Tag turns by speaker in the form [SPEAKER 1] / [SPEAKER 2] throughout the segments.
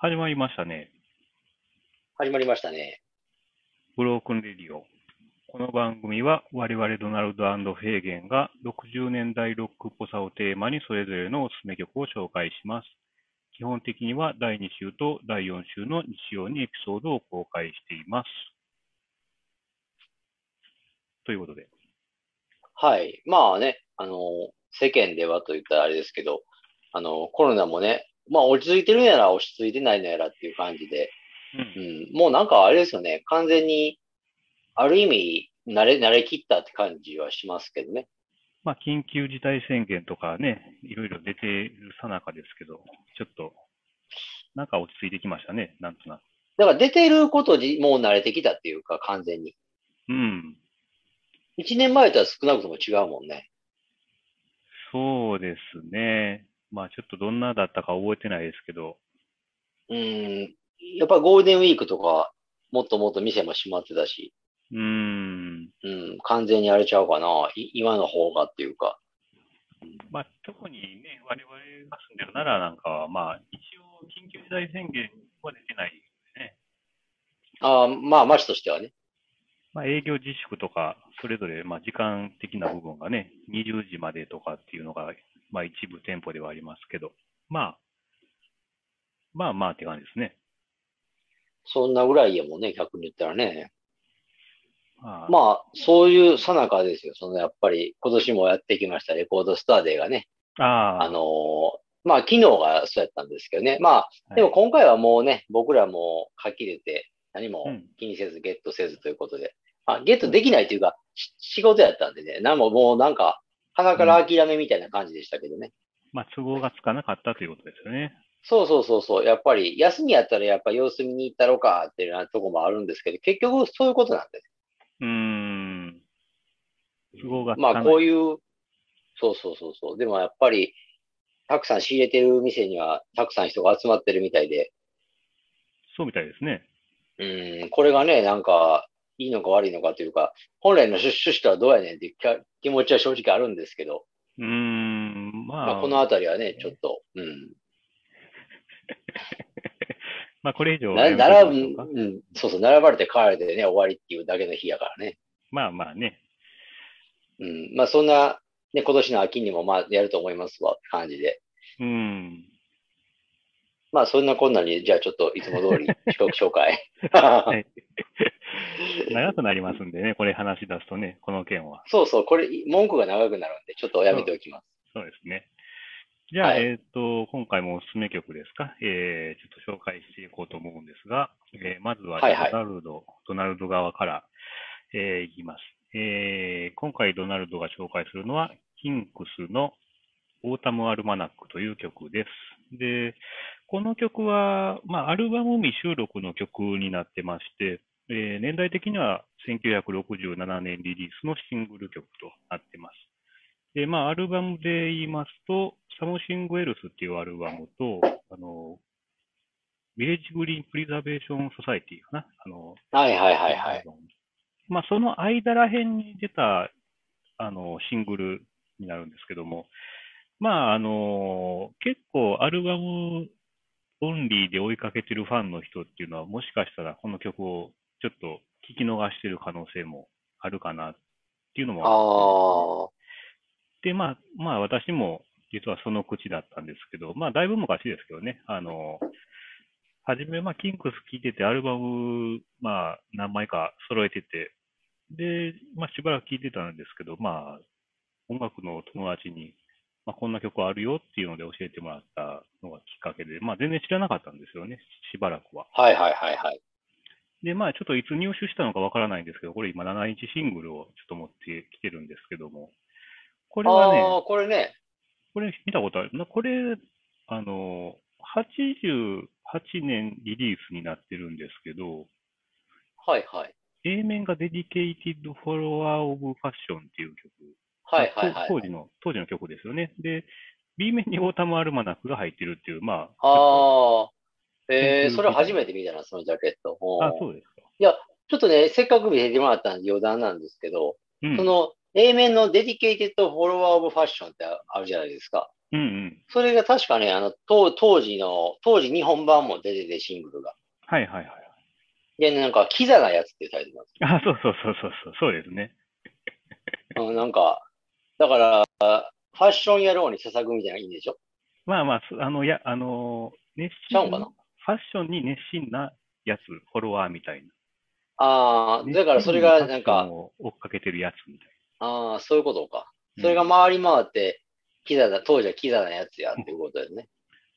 [SPEAKER 1] 始まりましたね。
[SPEAKER 2] 始まりましたね。
[SPEAKER 1] ブロークンレディオ。この番組は我々ドナルドフェーゲンが60年代ロックっぽさをテーマにそれぞれのおすすめ曲を紹介します。基本的には第2週と第4週の日曜にエピソードを公開しています。ということで。
[SPEAKER 2] はい。まあね、あの、世間ではと言ったらあれですけど、あの、コロナもね、まあ落ち着いてるんやら落ち着いてないのやらっていう感じで、
[SPEAKER 1] うん
[SPEAKER 2] うん、もうなんかあれですよね、完全に、ある意味、慣れ、慣れきったって感じはしますけどね。
[SPEAKER 1] まあ、緊急事態宣言とかね、いろいろ出ているさなかですけど、ちょっと、なんか落ち着いてきましたね、なんとなく。
[SPEAKER 2] だから出てることにもう慣れてきたっていうか、完全に。
[SPEAKER 1] うん。
[SPEAKER 2] 一年前とは少なくとも違うもんね。
[SPEAKER 1] そうですね。まあちょっとどんなだったか覚えてないですけど、
[SPEAKER 2] うん、やっぱゴールデンウィークとか、もっともっと店も閉まってたし、
[SPEAKER 1] うーん。
[SPEAKER 2] うん、完全に荒れちゃうかな。い今の方がっていうか。
[SPEAKER 1] まあ特にね、我々が住んでる奈良なんかは、まあ一応緊急事態宣言は出てない。
[SPEAKER 2] あーまあ、マシとしてはね。
[SPEAKER 1] まあ営業自粛とか、それぞれまあ時間的な部分がね、20時までとかっていうのが、まあ一部店舗ではありますけど、まあ、まあまあって感じですね。
[SPEAKER 2] そんなぐらいやもんね、逆に言ったらね。
[SPEAKER 1] まあ、
[SPEAKER 2] まあ、そういうさなかですよ。そのやっぱり、今年もやってきました、レコードスターデーがね。
[SPEAKER 1] あ
[SPEAKER 2] あのーまあ、昨日がそうやったんですけどね。まあ、でも今回はもうね、僕らも書き出て、何も
[SPEAKER 1] うん
[SPEAKER 2] 気にせず、ゲットせずということで。あ、ゲットできないというか、し仕事やったんでね。なんももうなんか、鼻から諦めみたいな感じでしたけどね。
[SPEAKER 1] まあ都合がつかなかったということですよね。
[SPEAKER 2] そうそうそうそう。やっぱり、休みやったらやっぱ様子見に行ったろかっていうようなとこもあるんですけど、結局そういうことなんでね
[SPEAKER 1] うーん。都合がつかない。
[SPEAKER 2] まあこういう、そうそうそうそう。でもやっぱり、たくさん仕入れてる店には、たくさん人が集まってるみたいで、
[SPEAKER 1] そうみたいですね。
[SPEAKER 2] うん、これがね、なんか、いいのか悪いのかというか、本来の出資したらどうやねんっていうきゃ気持ちは正直あるんですけど、
[SPEAKER 1] うーん、まあ、
[SPEAKER 2] まあ、このあたりはね、ちょっと、うん。
[SPEAKER 1] まあ、これ以上
[SPEAKER 2] な
[SPEAKER 1] やめときましょう
[SPEAKER 2] 並ぶ、
[SPEAKER 1] か
[SPEAKER 2] うん、そうそう、並ばれて帰られてね、終わりっていうだけの日やからね。
[SPEAKER 1] まあまあね。
[SPEAKER 2] うん。まあそんな、ね、今年の秋にもまあやると思いますわ、って感じで。
[SPEAKER 1] うん。
[SPEAKER 2] まあそんなこんなに、じゃあちょっといつも 通り、遅刻紹介。
[SPEAKER 1] い長くなりますんでね、これ話し出すとね、この件は。
[SPEAKER 2] そうそう、これ、文句が長くなるんで、ちょっとやめておきます。
[SPEAKER 1] そうですね。じゃあ、
[SPEAKER 2] はい
[SPEAKER 1] えっ、と、今回もおすすめ曲ですか、えー、ちょっと紹介していこうと思うんですが、えーまずは
[SPEAKER 2] はいはい
[SPEAKER 1] ドナルド、ドナルド側から、えーいきます。えー今回ドナルドが紹介するのは、キンクスのオータムアルマナックという曲です。で、この曲は、まあ、アルバム未収録の曲になってまして、えー年代的には1967年リリースのシングル曲となってます。で、まあ、アルバムで言いますと、サムシングエルスっていうアルバムと、あの、ビレッジグリーンプリザベーションソサイティかな。あの、
[SPEAKER 2] はいはいはいはい。。
[SPEAKER 1] まあ、その間らへんに出た、あの、シングルになるんですけども、まあ、あの、結構アルバムオンリーで追いかけてるファンの人っていうのは、もしかしたらこの曲をちょっと聞き逃してる可能性もあるかなっていうのも
[SPEAKER 2] ああ、
[SPEAKER 1] で、まあ、まあ、私も実はその口だったんですけど、まあ、だいぶ昔ですけどね、あの、はじめ、まあ、キンクス聴いてて、アルバム、まあ、何枚か揃えてて、で、まあ、しばらく聴いてたんですけど、まあ、音楽の友達に、まあ、こんな曲あるよっていうので教えてもらったのがきっかけで、まあ、全然知らなかったんですよね、しばらくは。
[SPEAKER 2] はいはいはいはい。
[SPEAKER 1] で、まあ、ちょっといつ入手したのかわからないんですけど、これ今、7インチシングルをちょっと持ってきてるんですけども、これはね、
[SPEAKER 2] ああ、これね、
[SPEAKER 1] これ見たことあるな、これ、あの、88年リリースになってるんですけど、
[SPEAKER 2] はいはい。
[SPEAKER 1] A 面が Dedicated Follower of Fashion っていう曲。
[SPEAKER 2] はいはいはい。
[SPEAKER 1] 当当時の、当時の曲ですよね。で、B 面にオータムアルマナックが入ってるっていう、まあ。
[SPEAKER 2] ああ、
[SPEAKER 1] 研究みたい
[SPEAKER 2] えー、
[SPEAKER 1] な
[SPEAKER 2] それ初めて見たな、そのジャケット。
[SPEAKER 1] ちょっ
[SPEAKER 2] お
[SPEAKER 1] と
[SPEAKER 2] ー
[SPEAKER 1] あ、そうですか。
[SPEAKER 2] ちょっとね、せっかく見せてもらったんで余談なんですけど、
[SPEAKER 1] うん。
[SPEAKER 2] その、A 面のデディケイテッドフォロワーオブファッションってあるじゃないですか。
[SPEAKER 1] うんうん。
[SPEAKER 2] それが確かね、あの、当当時の、当時日本版も出てて、シングルが。
[SPEAKER 1] はいはいはい。
[SPEAKER 2] で、なんか、キザなやつっていうタイトルなんです
[SPEAKER 1] あ、そうそうそうそうそう、そうですね。
[SPEAKER 2] よ。うん、なんか、だから、ファッション野郎に捧ぐみたいなのいいんでしょ
[SPEAKER 1] まあまあ、すあの、いや、あの、熱
[SPEAKER 2] ちゃう
[SPEAKER 1] 心
[SPEAKER 2] んかな
[SPEAKER 1] ファッションに熱心なやつ、フォロワーみたいな。
[SPEAKER 2] ああ、だからそれがなん
[SPEAKER 1] 熱心ファッショ
[SPEAKER 2] か、
[SPEAKER 1] ンを追っかけてるやつみたい
[SPEAKER 2] ああ、そういうことか。
[SPEAKER 1] な。
[SPEAKER 2] それが
[SPEAKER 1] あ、
[SPEAKER 2] 回り回って、キザだ、当時はキザなやつやっていうことだよ ね。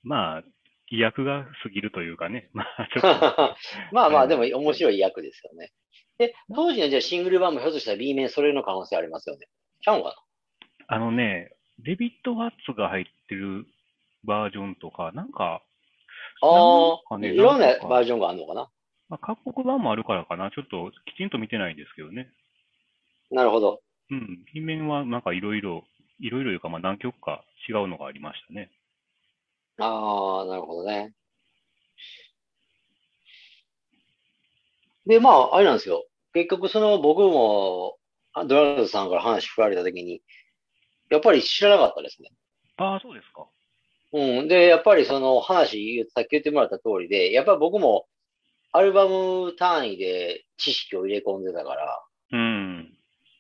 [SPEAKER 1] まあ、飛躍が過ぎるというかね。まあ、ちょっと。
[SPEAKER 2] まあまあ、でも面白い役ですよね。で、当時のじゃあシングル版もひょっとしたら B 面それの可能性ありますよね。ちゃうんか
[SPEAKER 1] あのね、デビッド・ワッツが入ってるバージョンとか、なんか、
[SPEAKER 2] なあ
[SPEAKER 1] な
[SPEAKER 2] あ、
[SPEAKER 1] んかね
[SPEAKER 2] いろんな
[SPEAKER 1] なんか
[SPEAKER 2] バージョンがあるのかな
[SPEAKER 1] まあ、各国版もあるからかな。ちょっときちんと見てないんですけどね。
[SPEAKER 2] なるほど。
[SPEAKER 1] うん。B 面はなんかいろいろ、いろいろいうか、まあ何曲か違うのがありましたね。
[SPEAKER 2] ああ、なるほどね。で、まあ、あれなんですよ。結局、その僕も、あドラルドさんから話振られたときに、やっぱり知らなかったですね。
[SPEAKER 1] ああ、そうですか。
[SPEAKER 2] うん。で、やっぱりその話、さっき言ってもらった通りで、やっぱり僕もアルバム単位で知識を入れ込んでたから、
[SPEAKER 1] うん。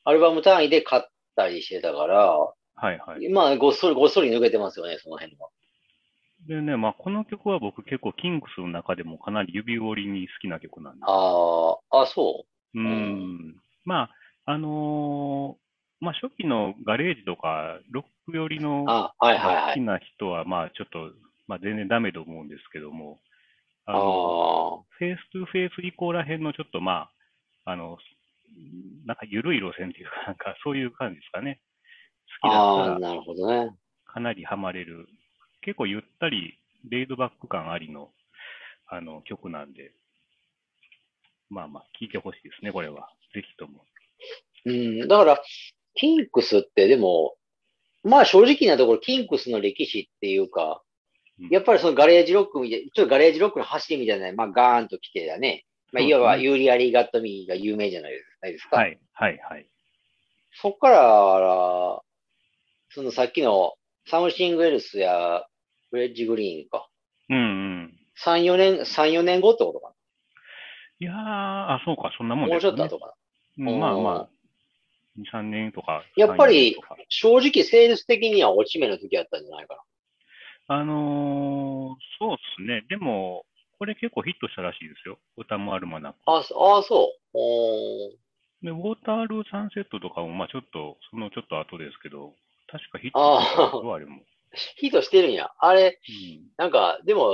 [SPEAKER 2] アルバム単位で買ったりしてたから、
[SPEAKER 1] はいはい。
[SPEAKER 2] まあ、ごっそりごっそり抜けてますよね、その辺は。
[SPEAKER 1] でね、まあこの曲は僕結構キングスの中でもかなり指折りに好きな曲なんです。
[SPEAKER 2] ああ、あ、そううん
[SPEAKER 1] ん。まあ、あのーまあ初期のガレージとか、ロック寄りの
[SPEAKER 2] う。あ、はいはいは
[SPEAKER 1] 好き
[SPEAKER 2] い。
[SPEAKER 1] な人は、まあちょっと、まあ全然ダメと思うんですけども、あ
[SPEAKER 2] あ
[SPEAKER 1] の、
[SPEAKER 2] あ。
[SPEAKER 1] フェイストゥフェイス以降ら辺のちょっとまあ、あの、なんか緩い路線というか、なんかそういう感じですかね。好きだった
[SPEAKER 2] あ
[SPEAKER 1] ら
[SPEAKER 2] あ、なるほどね。
[SPEAKER 1] かなりハマれる、結構ゆったり、レイドバック感ありの、あの、曲なんで、まあまあ、聴いてほしいですね、これは。ぜひとも。
[SPEAKER 2] うん。だから、キンクスってでも、まあ正直なところ、キンクスの歴史っていうか
[SPEAKER 1] うん、
[SPEAKER 2] やっぱりそのガレージロックみたい、ちょっとガレージロックの走りみたいな、まあガーンと来てだね。まあ、
[SPEAKER 1] そうですね
[SPEAKER 2] いわば、ユーリアリー・ガットミーが有名じゃないですか。
[SPEAKER 1] はい、はい、はい。
[SPEAKER 2] そっから、そのさっきのサムシング・エルスやフレッジ・グリーンか。
[SPEAKER 1] うんうん。
[SPEAKER 2] 3、4年、3、4年後ってことか
[SPEAKER 1] いやー、あ、そうか、そんな
[SPEAKER 2] な。
[SPEAKER 1] もん
[SPEAKER 2] も
[SPEAKER 1] です
[SPEAKER 2] うちょっ
[SPEAKER 1] よね。
[SPEAKER 2] と後かな。
[SPEAKER 1] うんまあま
[SPEAKER 2] うん
[SPEAKER 1] あ、2、3年とか。
[SPEAKER 2] やっぱり
[SPEAKER 1] 3 4とか
[SPEAKER 2] 正直、セールス的には落ち目の時やったんじゃないかな。
[SPEAKER 1] あのー、そうですね。でも、これ結構ヒットしたらしいですよ。ウォーターもあるまなく。
[SPEAKER 2] あ、そああ、そう。おー
[SPEAKER 1] で、ウォータールーサンセットとかも、まあちょっと、そのちょっと後ですけど、確かヒットしたんですよ、あれも。
[SPEAKER 2] ヒートしてるんや。あれ、
[SPEAKER 1] うん
[SPEAKER 2] なんか、でも、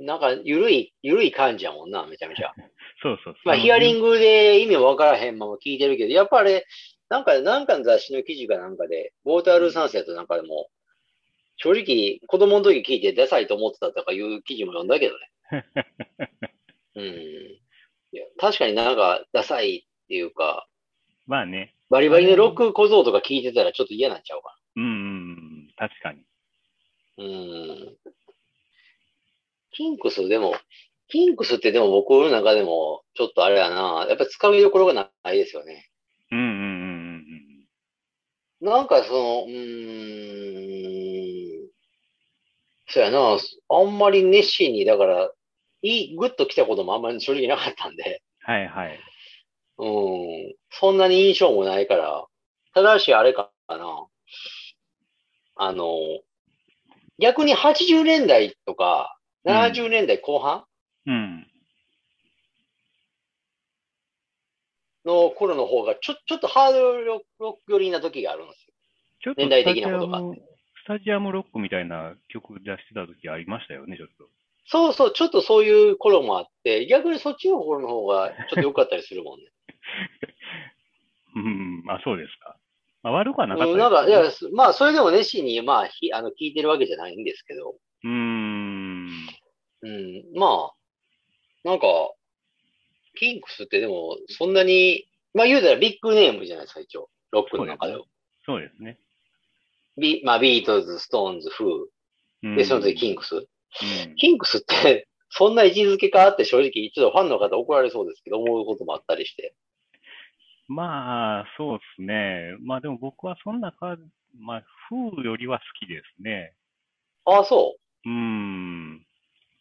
[SPEAKER 2] なんか、ゆるい、ゆるい感じやもんな、めちゃめちゃ。
[SPEAKER 1] そうそうそう。
[SPEAKER 2] まあ、
[SPEAKER 1] の
[SPEAKER 2] ヒアリングで意味わからへんまま聞いてるけど、やっぱあれ、なんか、なんかの雑誌の記事かなんかで、ウォータールーサンセットなんかでも、正直、子供の時聞いてダサいと思ってたとかいう記事も読んだけどね。うん。いや確かになんか、ダサいっていうか、
[SPEAKER 1] まあね。
[SPEAKER 2] バリバリのロック小僧とか聞いてたらちょっと嫌なんちゃうかな。
[SPEAKER 1] うんうんうん、確かに。
[SPEAKER 2] うんキンクス、でも、キンクスってでも僕の中でも、ちょっとあれだな、やっぱり掴みどころがないですよね。
[SPEAKER 1] うんうんうんうんうん。
[SPEAKER 2] なんかその、うーん、そうやな、あんまり熱心に、だから、いい、グッと来たこともあんまり正直なかったんで、
[SPEAKER 1] はいはい。
[SPEAKER 2] うん、そんなに印象もないから、ただしあれかな、あの、逆に80年代とか、70年代後半、
[SPEAKER 1] うん。
[SPEAKER 2] の頃の方が、ちょ、ちょっとハードロック寄りな時があるんですよ。
[SPEAKER 1] ちょっと
[SPEAKER 2] 年代的なことがあっ
[SPEAKER 1] スタジアムスタジアムロックみたいな曲出してた時ありましたよね、ちょっと。
[SPEAKER 2] そうそう、ちょっとそういう頃もあって、逆にそっちの頃の方がちょっと良かったりするもんね。
[SPEAKER 1] うん、あ、そうですか。まあ、悪 くはなかった
[SPEAKER 2] う
[SPEAKER 1] で
[SPEAKER 2] ん、
[SPEAKER 1] す
[SPEAKER 2] なんか、い
[SPEAKER 1] ね
[SPEAKER 2] や、すまあ、それでも熱心に、まあ、ひ、あの、聞いてるわけじゃないんですけど、
[SPEAKER 1] うーん。
[SPEAKER 2] うん、まあ、なんか、キンクスってでも、そんなに、まあ、言うたらビッグネームじゃないですか、一応。ロックの中では。
[SPEAKER 1] そうですね。
[SPEAKER 2] ビ、まあ、ビートルズ、ストーンズ、フ
[SPEAKER 1] うん
[SPEAKER 2] ー、で、その時キンクス。
[SPEAKER 1] うん
[SPEAKER 2] キンクスって、 そんな位置づけかって正直、ちょっとファンの方怒られそうですけど、思うこともあったりして。
[SPEAKER 1] まあ、そうですね。まあでも僕はその中まあ、フーよりは好きですね。
[SPEAKER 2] ああ、そう
[SPEAKER 1] ーん。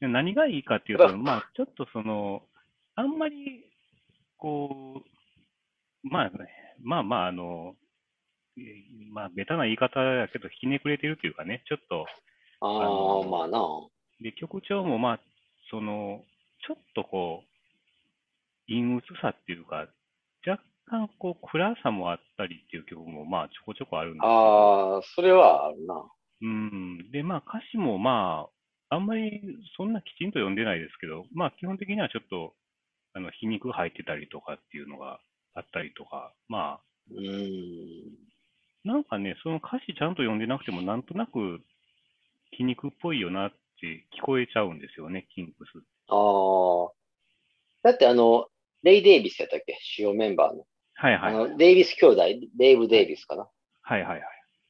[SPEAKER 1] で何がいいかっていうと、
[SPEAKER 2] うわ
[SPEAKER 1] まあ、ちょっとその、あんまり、こう、まあ、ね、まあまあ、あの、えーまあ、ベタな言い方やけど、ひねくれてるというかね、ちょっと、
[SPEAKER 2] う。あ
[SPEAKER 1] あ
[SPEAKER 2] あ、
[SPEAKER 1] の
[SPEAKER 2] まあな。
[SPEAKER 1] で、曲調も、まあ、その、ちょっとこう、陰鬱さっていうか、若干、こう、暗さもあったりっていう曲も、まあ、ちょこちょこあるんですけど、
[SPEAKER 2] ああ、それはあるな。
[SPEAKER 1] うん。で、まあ、歌詞も、まあ、あんまりそんなきちんと読んでないですけど、まあ、基本的にはちょっと、あの、皮肉入ってたりとかっていうのがあったりとか、まあ、
[SPEAKER 2] うーん。
[SPEAKER 1] なんかね、その歌詞ちゃんと読んでなくても、なんとなく皮肉っぽいよなって聞こえちゃうんですよね、キンクス。
[SPEAKER 2] ああ。だってあの、レイ・デイビスやったっけ主要メンバーの。
[SPEAKER 1] はいは
[SPEAKER 2] あ
[SPEAKER 1] い。
[SPEAKER 2] の、デイビス兄弟、デイブ・デイビスかな。
[SPEAKER 1] はいはいはい。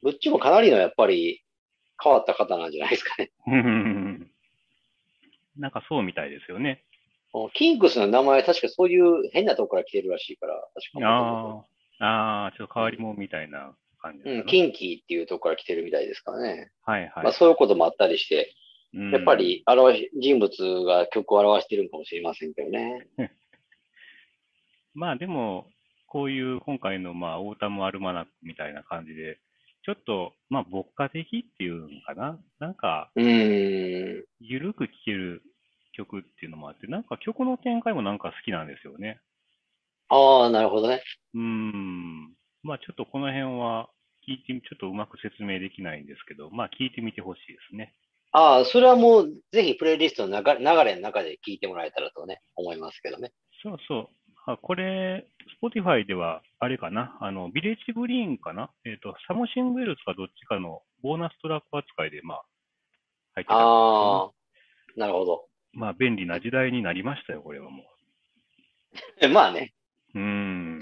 [SPEAKER 2] どっちもかなりのやっぱり変わった方なんじゃないですかね。
[SPEAKER 1] なんかそうみたいですよね。
[SPEAKER 2] キンクスの名前確かそういう変なとこから来てるらしいから、確か
[SPEAKER 1] ああ、ああ、ちょっと変わりもんみたいな感じ
[SPEAKER 2] う
[SPEAKER 1] です
[SPEAKER 2] ん、
[SPEAKER 1] か
[SPEAKER 2] キ
[SPEAKER 1] ね。
[SPEAKER 2] ンキーっていうとこから来てるみたいですからね。
[SPEAKER 1] はいはい。
[SPEAKER 2] まあそういうこともあったりして、
[SPEAKER 1] うん
[SPEAKER 2] やっぱり表し人物が曲を表してるんかもしれませんけどね。
[SPEAKER 1] まあでも、こういう今回のまあオータムアルマナックみたいな感じで、ちょっとまあ牧歌的っていうのかな、なんか
[SPEAKER 2] うーん。
[SPEAKER 1] ゆるく聴ける曲っていうのもあって、なんか曲の展開もなんか好きなんですよね。
[SPEAKER 2] ああ、なるほどね。
[SPEAKER 1] うーん、まあちょっとこの辺は聞いてみ、ちょっとうまく説明できないんですけど、まあ聞いてみてほしいですね。
[SPEAKER 2] ああ、それはもうぜひプレイリストの中流れの中で聞いてもらえたらとね、思いますけどね。
[SPEAKER 1] そうそう。あこれ、Spotify では、あれかな、あの、ビレッジグリーンかな、えっ、と、サムシングエルスかどっちかのボーナストラック扱いで、まあ、入ってたんですけど
[SPEAKER 2] ああ、なるほど。
[SPEAKER 1] まあ、便利な時代になりましたよ、これはも
[SPEAKER 2] まあね。
[SPEAKER 1] う。うーん。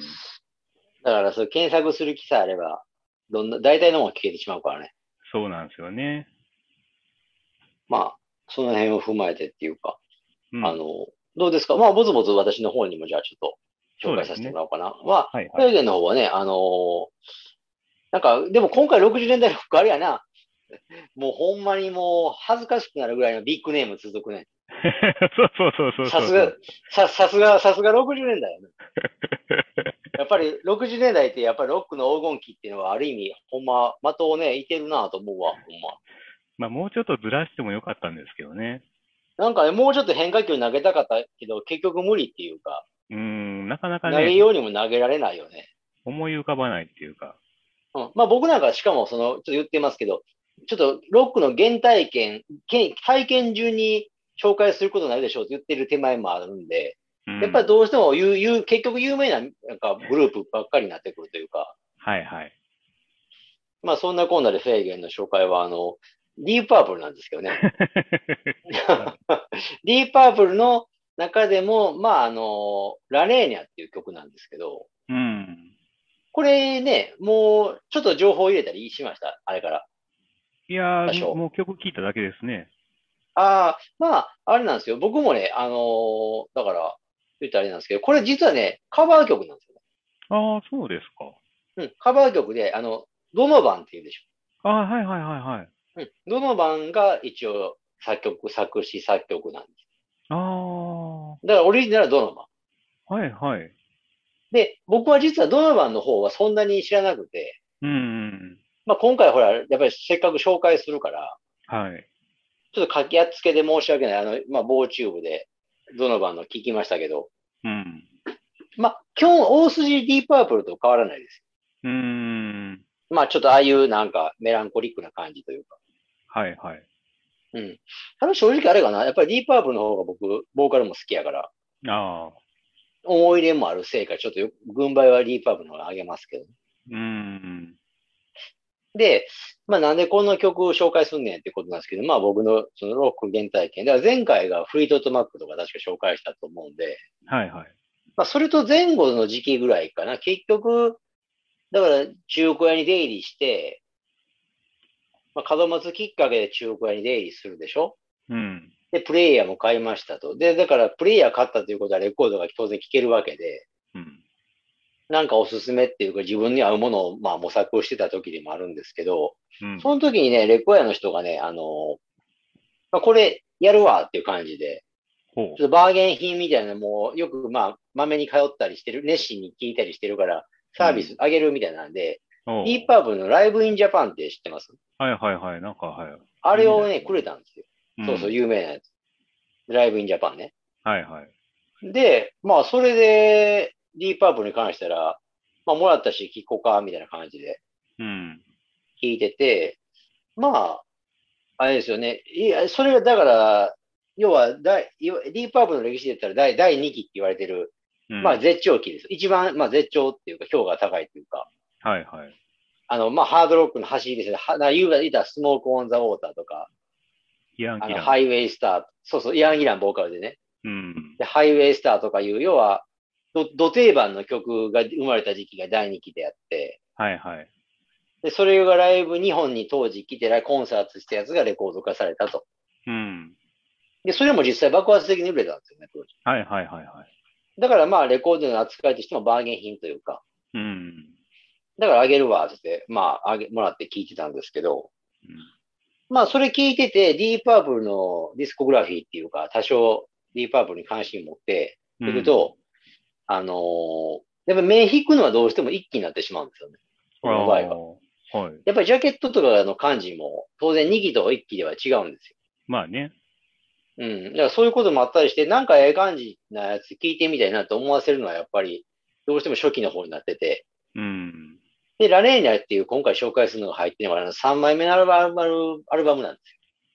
[SPEAKER 2] だから、そう検索する気さえあれば、どんな、大体のものが聞けてしまうからね。
[SPEAKER 1] そうなんですよね。
[SPEAKER 2] まあ、その辺を踏まえてっていうか、
[SPEAKER 1] うん、
[SPEAKER 2] あの、どうですかまあ、ぼつぼつ私の方にもじゃあちょっと紹介させてもらおうかな。まあ、
[SPEAKER 1] はい はい。
[SPEAKER 2] 大元の方はね、あのーなんか、でも今回60年代の服あれやな。もうほんまにもう恥ずかしくなるぐらいのビッグネーム続くね。
[SPEAKER 1] そうそうそうそうそ
[SPEAKER 2] さ
[SPEAKER 1] う
[SPEAKER 2] すが、さ、さすが、さすが60年代 やね。やっぱり60年代ってやっぱりロックの黄金期っていうのはある意味、ほんま、的をね、いてるなと思うわ、ほんま。
[SPEAKER 1] まあ、もうちょっとずらしてもよかったんですけどね。
[SPEAKER 2] なんかね、もうちょっと変化球投げたかったけど、結局無理っていうか、
[SPEAKER 1] うーん、なかな
[SPEAKER 2] 投
[SPEAKER 1] か
[SPEAKER 2] げ
[SPEAKER 1] ね、
[SPEAKER 2] ようにも投げられないよね。
[SPEAKER 1] 思い浮かばないっていうか。
[SPEAKER 2] うん、まあ僕なんかしかもその、ちょっと言ってますけど、ちょっとロックの原体験、け体験中に紹介することになるでしょうって言ってる手前もあるんで、
[SPEAKER 1] うん
[SPEAKER 2] やっぱりどうしても有、有結局有名ななんかグループばっかりになってくるというか、
[SPEAKER 1] はいはい。
[SPEAKER 2] まあそんなこんなでフェーゲンの紹介は、あの、ディープパープルなんですけ どね。ディープパープルの中でも、まああの、ラレーニャっていう曲なんですけど、
[SPEAKER 1] うん。
[SPEAKER 2] これね、もうちょっと情報入れたりしました、あれから。
[SPEAKER 1] いや
[SPEAKER 2] 多少
[SPEAKER 1] ー、もう曲聴いただけですね。
[SPEAKER 2] ああ、まあ、あれなんですよ。僕もね、あのーだから、言ったらあれなんですけど、これ実はね、カバー曲なんですよ
[SPEAKER 1] ああ、そうですか。
[SPEAKER 2] ね。うん、カバー曲で、あの、ドノバンっていうんでし
[SPEAKER 1] ああ、はいはいはいはい。
[SPEAKER 2] ょ。うん、ドノバンが一応作曲、作詞、作曲なんで
[SPEAKER 1] ああ、
[SPEAKER 2] す。だからオリジナルはドノバン。
[SPEAKER 1] はいはい。
[SPEAKER 2] で、僕は実はドノバンの方はそんなに知らなくて、
[SPEAKER 1] うんうん。
[SPEAKER 2] まあ今回ほら、やっぱりせっかく紹介するから、
[SPEAKER 1] はい。
[SPEAKER 2] ちょっと書きやっつけで申し訳ない。あの、まあ、棒チューブでドノバンの聞きましたけど、
[SPEAKER 1] うん。
[SPEAKER 2] まあ、基本大筋ディープパープルと変わらないです。
[SPEAKER 1] うーん。
[SPEAKER 2] まあちょっとああいうなんかメランコリックな感じというか。
[SPEAKER 1] はいはい。
[SPEAKER 2] うん。あの正直あれかな。やっぱりディープアープルの方が僕、ボーカルも好きやから、
[SPEAKER 1] ああ、
[SPEAKER 2] 思い入れもあるせいか、ちょっとよ軍配はディープアープルの方が上げますけど。
[SPEAKER 1] うーん。
[SPEAKER 2] で、まあなんでこの曲を紹介すんねんってことなんですけど、まあ僕のそのロック原体験。だから前回がフリートとマックとか確か紹介したと思うんで、
[SPEAKER 1] はいはい。
[SPEAKER 2] まあそれと前後の時期ぐらいかな。結局、だから中古屋に出入りして、まあ門松きっかけで中古屋に出入りするでしょ
[SPEAKER 1] うん。
[SPEAKER 2] で、プレイヤーも買いましたと。で、だから、プレイヤー買ったということは、レコードが当然聴けるわけで、
[SPEAKER 1] うん。
[SPEAKER 2] なんかおすすめっていうか自分に合うものをまあ模索をしてた時でもあるんですけど、
[SPEAKER 1] うん。
[SPEAKER 2] その時にね、レコヤの人がね、あのーまあ、これやるわっていう感じで、
[SPEAKER 1] ほ
[SPEAKER 2] ちょっとバーゲン品みたいなのも、よくまあ、まめに通ったりしてる、熱心に聞いたりしてるから、サービス上げるみたいなんで、
[SPEAKER 1] う。おう
[SPEAKER 2] e p u b のライブインジャパンって知ってます
[SPEAKER 1] はいはいはい。なんか、はい。
[SPEAKER 2] あれをね、くれたんですよ。
[SPEAKER 1] ん
[SPEAKER 2] そうそう、有名なやつ。ライブインジャパンね。
[SPEAKER 1] はいはい。
[SPEAKER 2] で、まあ、それで、ディープアップに関したら、まあ、もらったし、聞こうか、みたいな感じで
[SPEAKER 1] うん。
[SPEAKER 2] 聞いてて、まあ、あれですよね。いや、それが、だから、要は、第いわディープアップの歴史で言ったら第、第2期って言われてる、
[SPEAKER 1] うん
[SPEAKER 2] まあ、絶頂期です。一番、まあ、絶頂っていうか、評価が高いというか、
[SPEAKER 1] はいはい。
[SPEAKER 2] あの、まあ、ハードロックの走りですね。はな言うが言ったら、スモーク・オン・ザ・ウォーターとか、
[SPEAKER 1] ヤン
[SPEAKER 2] あ
[SPEAKER 1] キ
[SPEAKER 2] の、
[SPEAKER 1] ラン。
[SPEAKER 2] ハイウェイ・スター、そうそう、イアン・ギランボーカルでね。
[SPEAKER 1] うん。
[SPEAKER 2] で、ハイウェイスターとかいう、要は、ど、ど定番の曲が生まれた時期が第2期であって、
[SPEAKER 1] はいはい。
[SPEAKER 2] で、それがライブ、日本に当時来て、ライブコンサートしたやつがレコード化されたと。
[SPEAKER 1] うん。
[SPEAKER 2] で、それも実際爆発的に売れたんですよね、当時。
[SPEAKER 1] はいはいはいはい。
[SPEAKER 2] だからまあ、レコードの扱いとしてもバーゲン品というか、
[SPEAKER 1] うん。
[SPEAKER 2] だからあげるわ、って言って、まあ、あげ、もらって聞いてたんですけど、
[SPEAKER 1] うん
[SPEAKER 2] まあ、それ聞いてて、ディープアープルのディスコグラフィーっていうか、多少ディープアープルに関心持って、
[SPEAKER 1] う
[SPEAKER 2] い
[SPEAKER 1] ん
[SPEAKER 2] くと、あのーやっぱ目引くのはどうしても一気になってしまうんですよね。僕の場合は。
[SPEAKER 1] あーはい。
[SPEAKER 2] やっぱりジャケットとかの感じも、当然2期と1期では違うんです
[SPEAKER 1] まあね。
[SPEAKER 2] よ。うん。だからそういうこともあったりして、なんかええ感じなやつ聞いてみたいなと思わせるのはやっぱり、どうしても初期の方になってて。
[SPEAKER 1] うん。
[SPEAKER 2] で、ラレーニャっていう今回紹介するのが入ってるのが、あの3枚目のアルバム、アルバムなんです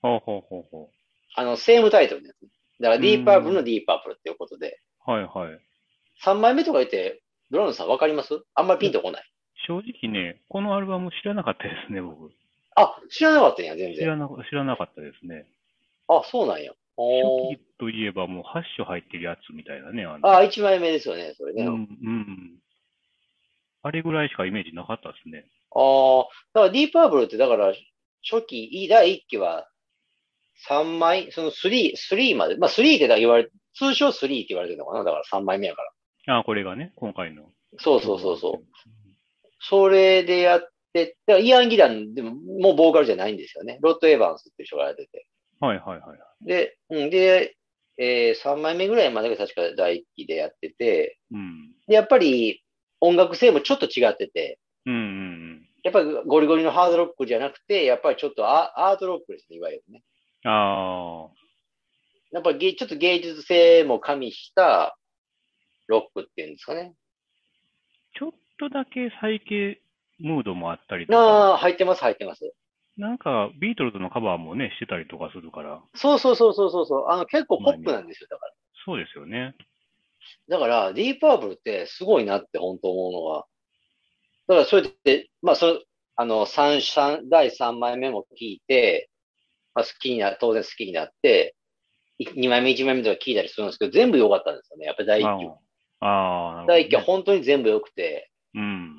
[SPEAKER 2] よ。
[SPEAKER 1] ほうほうほうほ
[SPEAKER 2] あの、セームタイトルです。だから、ディープアップルのディープアップルっていうことで、
[SPEAKER 1] う。はいはい。
[SPEAKER 2] 3枚目とか言って、ブラウンさんわかりますあんまりピンとこない。
[SPEAKER 1] 正直ね、このアルバム知らなかったですね、僕。
[SPEAKER 2] あ、知らなかったんや、全
[SPEAKER 1] 知ら
[SPEAKER 2] 然。
[SPEAKER 1] な知らなかったですね。
[SPEAKER 2] あ、そうなんや。おー
[SPEAKER 1] 初期といえばもう8章入ってるやつみたいなね。あの
[SPEAKER 2] あ、1枚目ですよね、それ
[SPEAKER 1] う
[SPEAKER 2] ね。
[SPEAKER 1] ん、うん。あれぐらいしかイメージなかったですね。
[SPEAKER 2] ああ、だからディープアーブルって、だから、初期、い第1期は3枚、その3、3まで、まあ3ってだから言われ、通称3って言われてるのかなだから3枚目やから。
[SPEAKER 1] あこれがね、今回の。
[SPEAKER 2] そうそうそうそう。それでやって、だからイアン・ギラン、でも、もうボーカルじゃないんですよね。ロッド・エヴァンスっていう人がやってて。
[SPEAKER 1] はいはいはい。
[SPEAKER 2] で、うん、で、え3枚目ぐらいまでが確か第1期でやってて、
[SPEAKER 1] うん。
[SPEAKER 2] で、やっぱり音楽性もちょっと違ってて、
[SPEAKER 1] うんうん
[SPEAKER 2] やっぱりゴリゴリのハードロックじゃなくて、やっぱりちょっとアアートロックですね、いわゆるね。
[SPEAKER 1] うん。ああ。
[SPEAKER 2] やっぱりちょっと芸術性も加味したロックっていうんですかね。
[SPEAKER 1] ちょっとだけ再系ムードもあったりとか、
[SPEAKER 2] ああ、入ってます、入ってます。
[SPEAKER 1] なんかビートルズのカバーもね、してたりとかするから、
[SPEAKER 2] そうそうそうそうそうそう。あの結構ポップなんですよ、だか
[SPEAKER 1] そうですよね。
[SPEAKER 2] ら。だから、ディープアープルってすごいなって本当思うのは。だから、それで、まあ、その、あの、三、三、第3枚目も聞いて、まあ、好きにな、当然好きになって、2枚目、1枚目とか聞いたりするんですけど、全部良かったんですよね。やっぱり第1期は。
[SPEAKER 1] ああ、な
[SPEAKER 2] 第
[SPEAKER 1] るほ
[SPEAKER 2] 1期
[SPEAKER 1] ど、
[SPEAKER 2] は
[SPEAKER 1] ね。
[SPEAKER 2] 本当に全部良くて、
[SPEAKER 1] うん。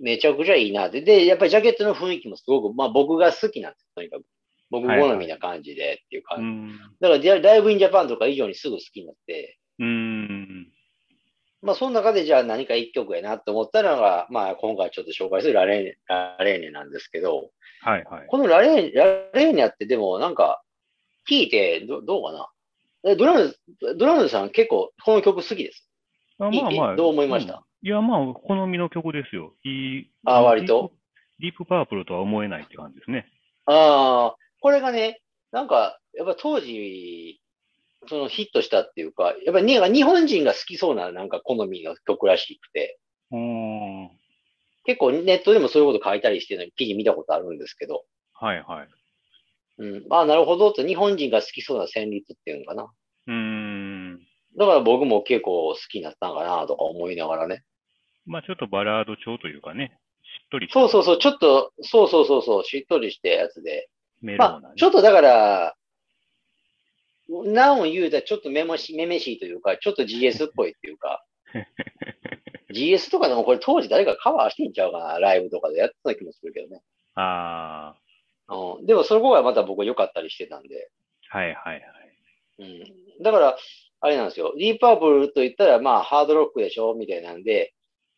[SPEAKER 2] めちゃくちゃいいなって。で、やっぱりジャケットの雰囲気もすごく、まあ僕が好きなんです、とにかく。僕好みな感じでっていう感
[SPEAKER 1] う
[SPEAKER 2] じ。
[SPEAKER 1] ん。
[SPEAKER 2] だから、ライブインジャパンとか以上にすぐ好きになって、
[SPEAKER 1] うん。
[SPEAKER 2] まあその中でじゃあ何か一曲やなと思ったのが、まあ今回ちょっと紹介するラレーニラレーニャなんですけど、
[SPEAKER 1] はいはい。
[SPEAKER 2] このラレーニラレーニャってでもなんか、聞いてど、どうかなえドラム、ドラムさん結構この曲好きです。
[SPEAKER 1] あ
[SPEAKER 2] いいどう思いました
[SPEAKER 1] んいや、まあ、好みの曲ですよ。いい。
[SPEAKER 2] あ割と
[SPEAKER 1] ディープ。ディープパープルとは思えないって感じですね。
[SPEAKER 2] ああ、これがね、なんか、やっぱ当時、そのヒットしたっていうか、やっぱりね日本人が好きそうななんか好みの曲らしくて、
[SPEAKER 1] うーん。は
[SPEAKER 2] 結構ネットでもそういうこと書いたりしてるのに記事見たことあるんですけど、
[SPEAKER 1] いはい。
[SPEAKER 2] うん、ああ、なるほどって日本人が好きそうな旋律っていうのかな。
[SPEAKER 1] うーん。
[SPEAKER 2] だから僕も結構好きになったんかなとか思いながらね。
[SPEAKER 1] まあ、ちょっとバラード調というかね、しっとりした
[SPEAKER 2] そうそうそう、ちょっと、そうそうそうそう、しっとりしたやつで。
[SPEAKER 1] メロー
[SPEAKER 2] ま
[SPEAKER 1] なね
[SPEAKER 2] あ、ちょっとだから、何を言うたらちょっとめもし、めめしいというか、ちょっと GS っぽいってい うか、GS とかでもこれ当時誰かカバーしてんちゃうかな、ライブとかでやってた気もするけどね。
[SPEAKER 1] あ
[SPEAKER 2] うん、でもそこがまた僕良かったりしてたんで、
[SPEAKER 1] あ、はいはいはい。
[SPEAKER 2] うん、だから、あれなんですよ、ディープアープルと言ったら、まあ、ハードロックでしょみたいなんで、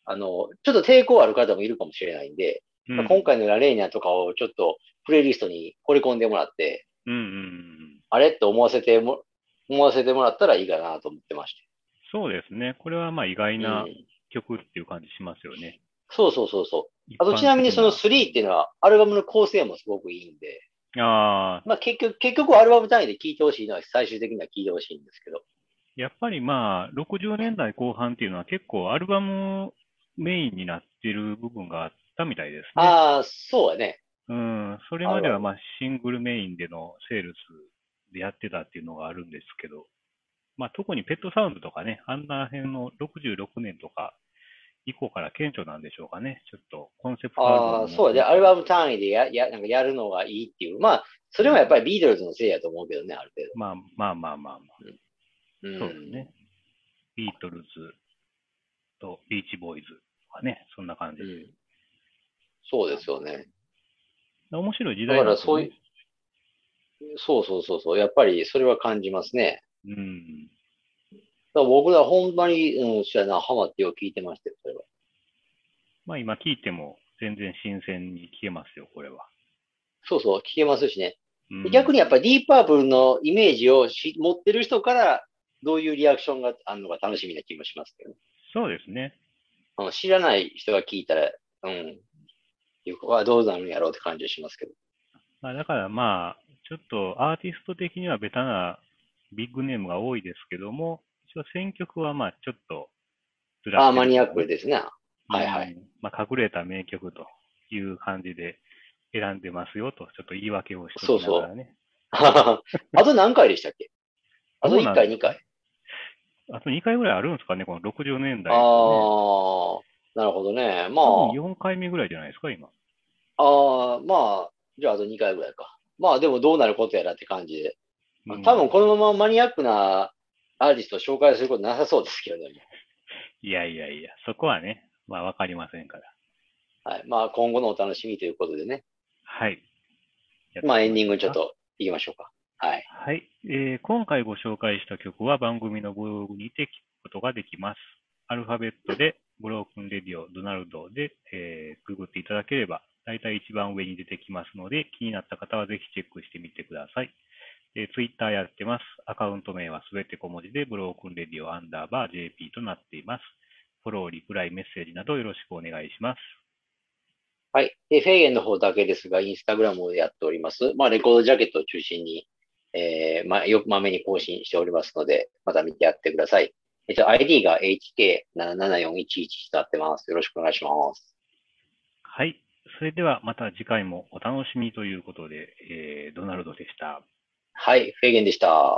[SPEAKER 2] あの、ちょっと抵抗ある方もいるかもしれないんで、
[SPEAKER 1] うん
[SPEAKER 2] まあ今回のラレーニャとかをちょっとプレイリストに掘り込んでもらって、
[SPEAKER 1] うんうんうん。
[SPEAKER 2] あれって思わせても、思わせてもらったらいいかなと思ってまし
[SPEAKER 1] そうですね。これはまあ意
[SPEAKER 2] て。
[SPEAKER 1] 外な
[SPEAKER 2] うん
[SPEAKER 1] 曲っていう感じしますよね。
[SPEAKER 2] そうそうそうそう。あとちなみにその
[SPEAKER 1] 一般
[SPEAKER 2] 3っていうのはアルバムの構成もすごくいいんで、
[SPEAKER 1] 的なああ、
[SPEAKER 2] まあ結局、結局アルバム単位で聴いてほしいのは最終的には聴いてほしいんですけど。
[SPEAKER 1] やっぱりまあ、60年代後半っていうのは結構アルバムメインになってる部分があったみたいですね。
[SPEAKER 2] ああ、そうやね。
[SPEAKER 1] うん、それまで
[SPEAKER 2] あるあ
[SPEAKER 1] は
[SPEAKER 2] る
[SPEAKER 1] まあシングルメインでのセールスでやってたっていうのがあるんですけど、まあ特にペットサウンドとかね、あんな辺の66年とか以降から顕著なんでしょうかね。ちょっとコンセプト
[SPEAKER 2] ああ、そうやね。アル
[SPEAKER 1] ム
[SPEAKER 2] バム単位でや、や、なんかやるのがいいっていう。まあ、それもやっぱりビートルズのせいやと思うけどね、ある
[SPEAKER 1] も。まあまあまあまあまあ、
[SPEAKER 2] 程
[SPEAKER 1] そ
[SPEAKER 2] 度。
[SPEAKER 1] うです。ね。ビートルズとビーチボーイズとかね、そんな感じ
[SPEAKER 2] う
[SPEAKER 1] で。
[SPEAKER 2] ん。そうですよね。
[SPEAKER 1] 面白い時
[SPEAKER 2] だ
[SPEAKER 1] 代
[SPEAKER 2] か
[SPEAKER 1] なん
[SPEAKER 2] ら
[SPEAKER 1] ですよ
[SPEAKER 2] そう
[SPEAKER 1] ね
[SPEAKER 2] い。う、そうそうそうそう。やっぱりそれは感じますね。
[SPEAKER 1] うん。
[SPEAKER 2] だから僕らほんまに、うん、そうやな、ハマってよう聞いてましたよ、それは。
[SPEAKER 1] まあ今聞いても全然新鮮に消えますよ、これは。
[SPEAKER 2] そうそう、聞けますしね。
[SPEAKER 1] うん
[SPEAKER 2] 逆にやっぱりディープパープルのイメージをし持ってる人から、どういうリアクションがあるのか楽しみな気もしますけどね。
[SPEAKER 1] そうですね。
[SPEAKER 2] あの知らない人が聞いたら、うん、いう子はどうなるんやろうって感じがしますけど。
[SPEAKER 1] まあ、だからまあ、ちょっとアーティスト的にはベタなビッグネームが多いですけども、一応選曲はまあちょっとずら
[SPEAKER 2] ああ、
[SPEAKER 1] して
[SPEAKER 2] マ
[SPEAKER 1] る
[SPEAKER 2] ニアックですね。 はいは
[SPEAKER 1] うんまあ、隠れた名曲という感じで選んでますよと、ちょっと言い訳をしておきながらね。
[SPEAKER 2] あと何回でしたっけあと1回、2回。
[SPEAKER 1] あと2回ぐらいあるんですかね、この60年代、
[SPEAKER 2] ああ
[SPEAKER 1] ね。
[SPEAKER 2] ー、なるほどね。ま
[SPEAKER 1] 多分4回目ぐらいじゃないですか、今。
[SPEAKER 2] あ、ああ、まあ、じゃああと2回ぐらいか。まあでもどうなることやらって感じで。
[SPEAKER 1] うん
[SPEAKER 2] 多分このままマニアックなアーティストを紹介することなさそうですけどね。
[SPEAKER 1] いやいやいや、そこはね、まあわかりませんから。
[SPEAKER 2] はい。まあ今後のお楽しみということでね。
[SPEAKER 1] はい。
[SPEAKER 2] まあエンディングにちょ
[SPEAKER 1] や
[SPEAKER 2] っ
[SPEAKER 1] っていき
[SPEAKER 2] と行きましょうか。はい。
[SPEAKER 1] ますか。はい、えー今回ご紹介した曲は番組のブログにて聞くことができます。アルファベットで、ブロークンレディオ、ドナルドで、えーググっていただければ、大体一番上に出てきますので、気になった方はぜひチェックしてみてください。えー、ツイッターやってます。アカウント名はすべて小文字で、ブロークンレディオアンダーバー JP となっています。フォロー、リプライ、メッセージなどよろしくお願いします。
[SPEAKER 2] はい。で、フェイゲンの方だけですが、インスタグラムをやっております。まあ、レコードジャケットを中心に、えー、まあ、よくまめに更新しておりますので、また見てやってください。えっと、ID が HK774111 となってます。よろしくお願いします。
[SPEAKER 1] はい。それではまた次回もお楽しみということで、えードナルドでした。
[SPEAKER 2] はい。フェイゲンでした。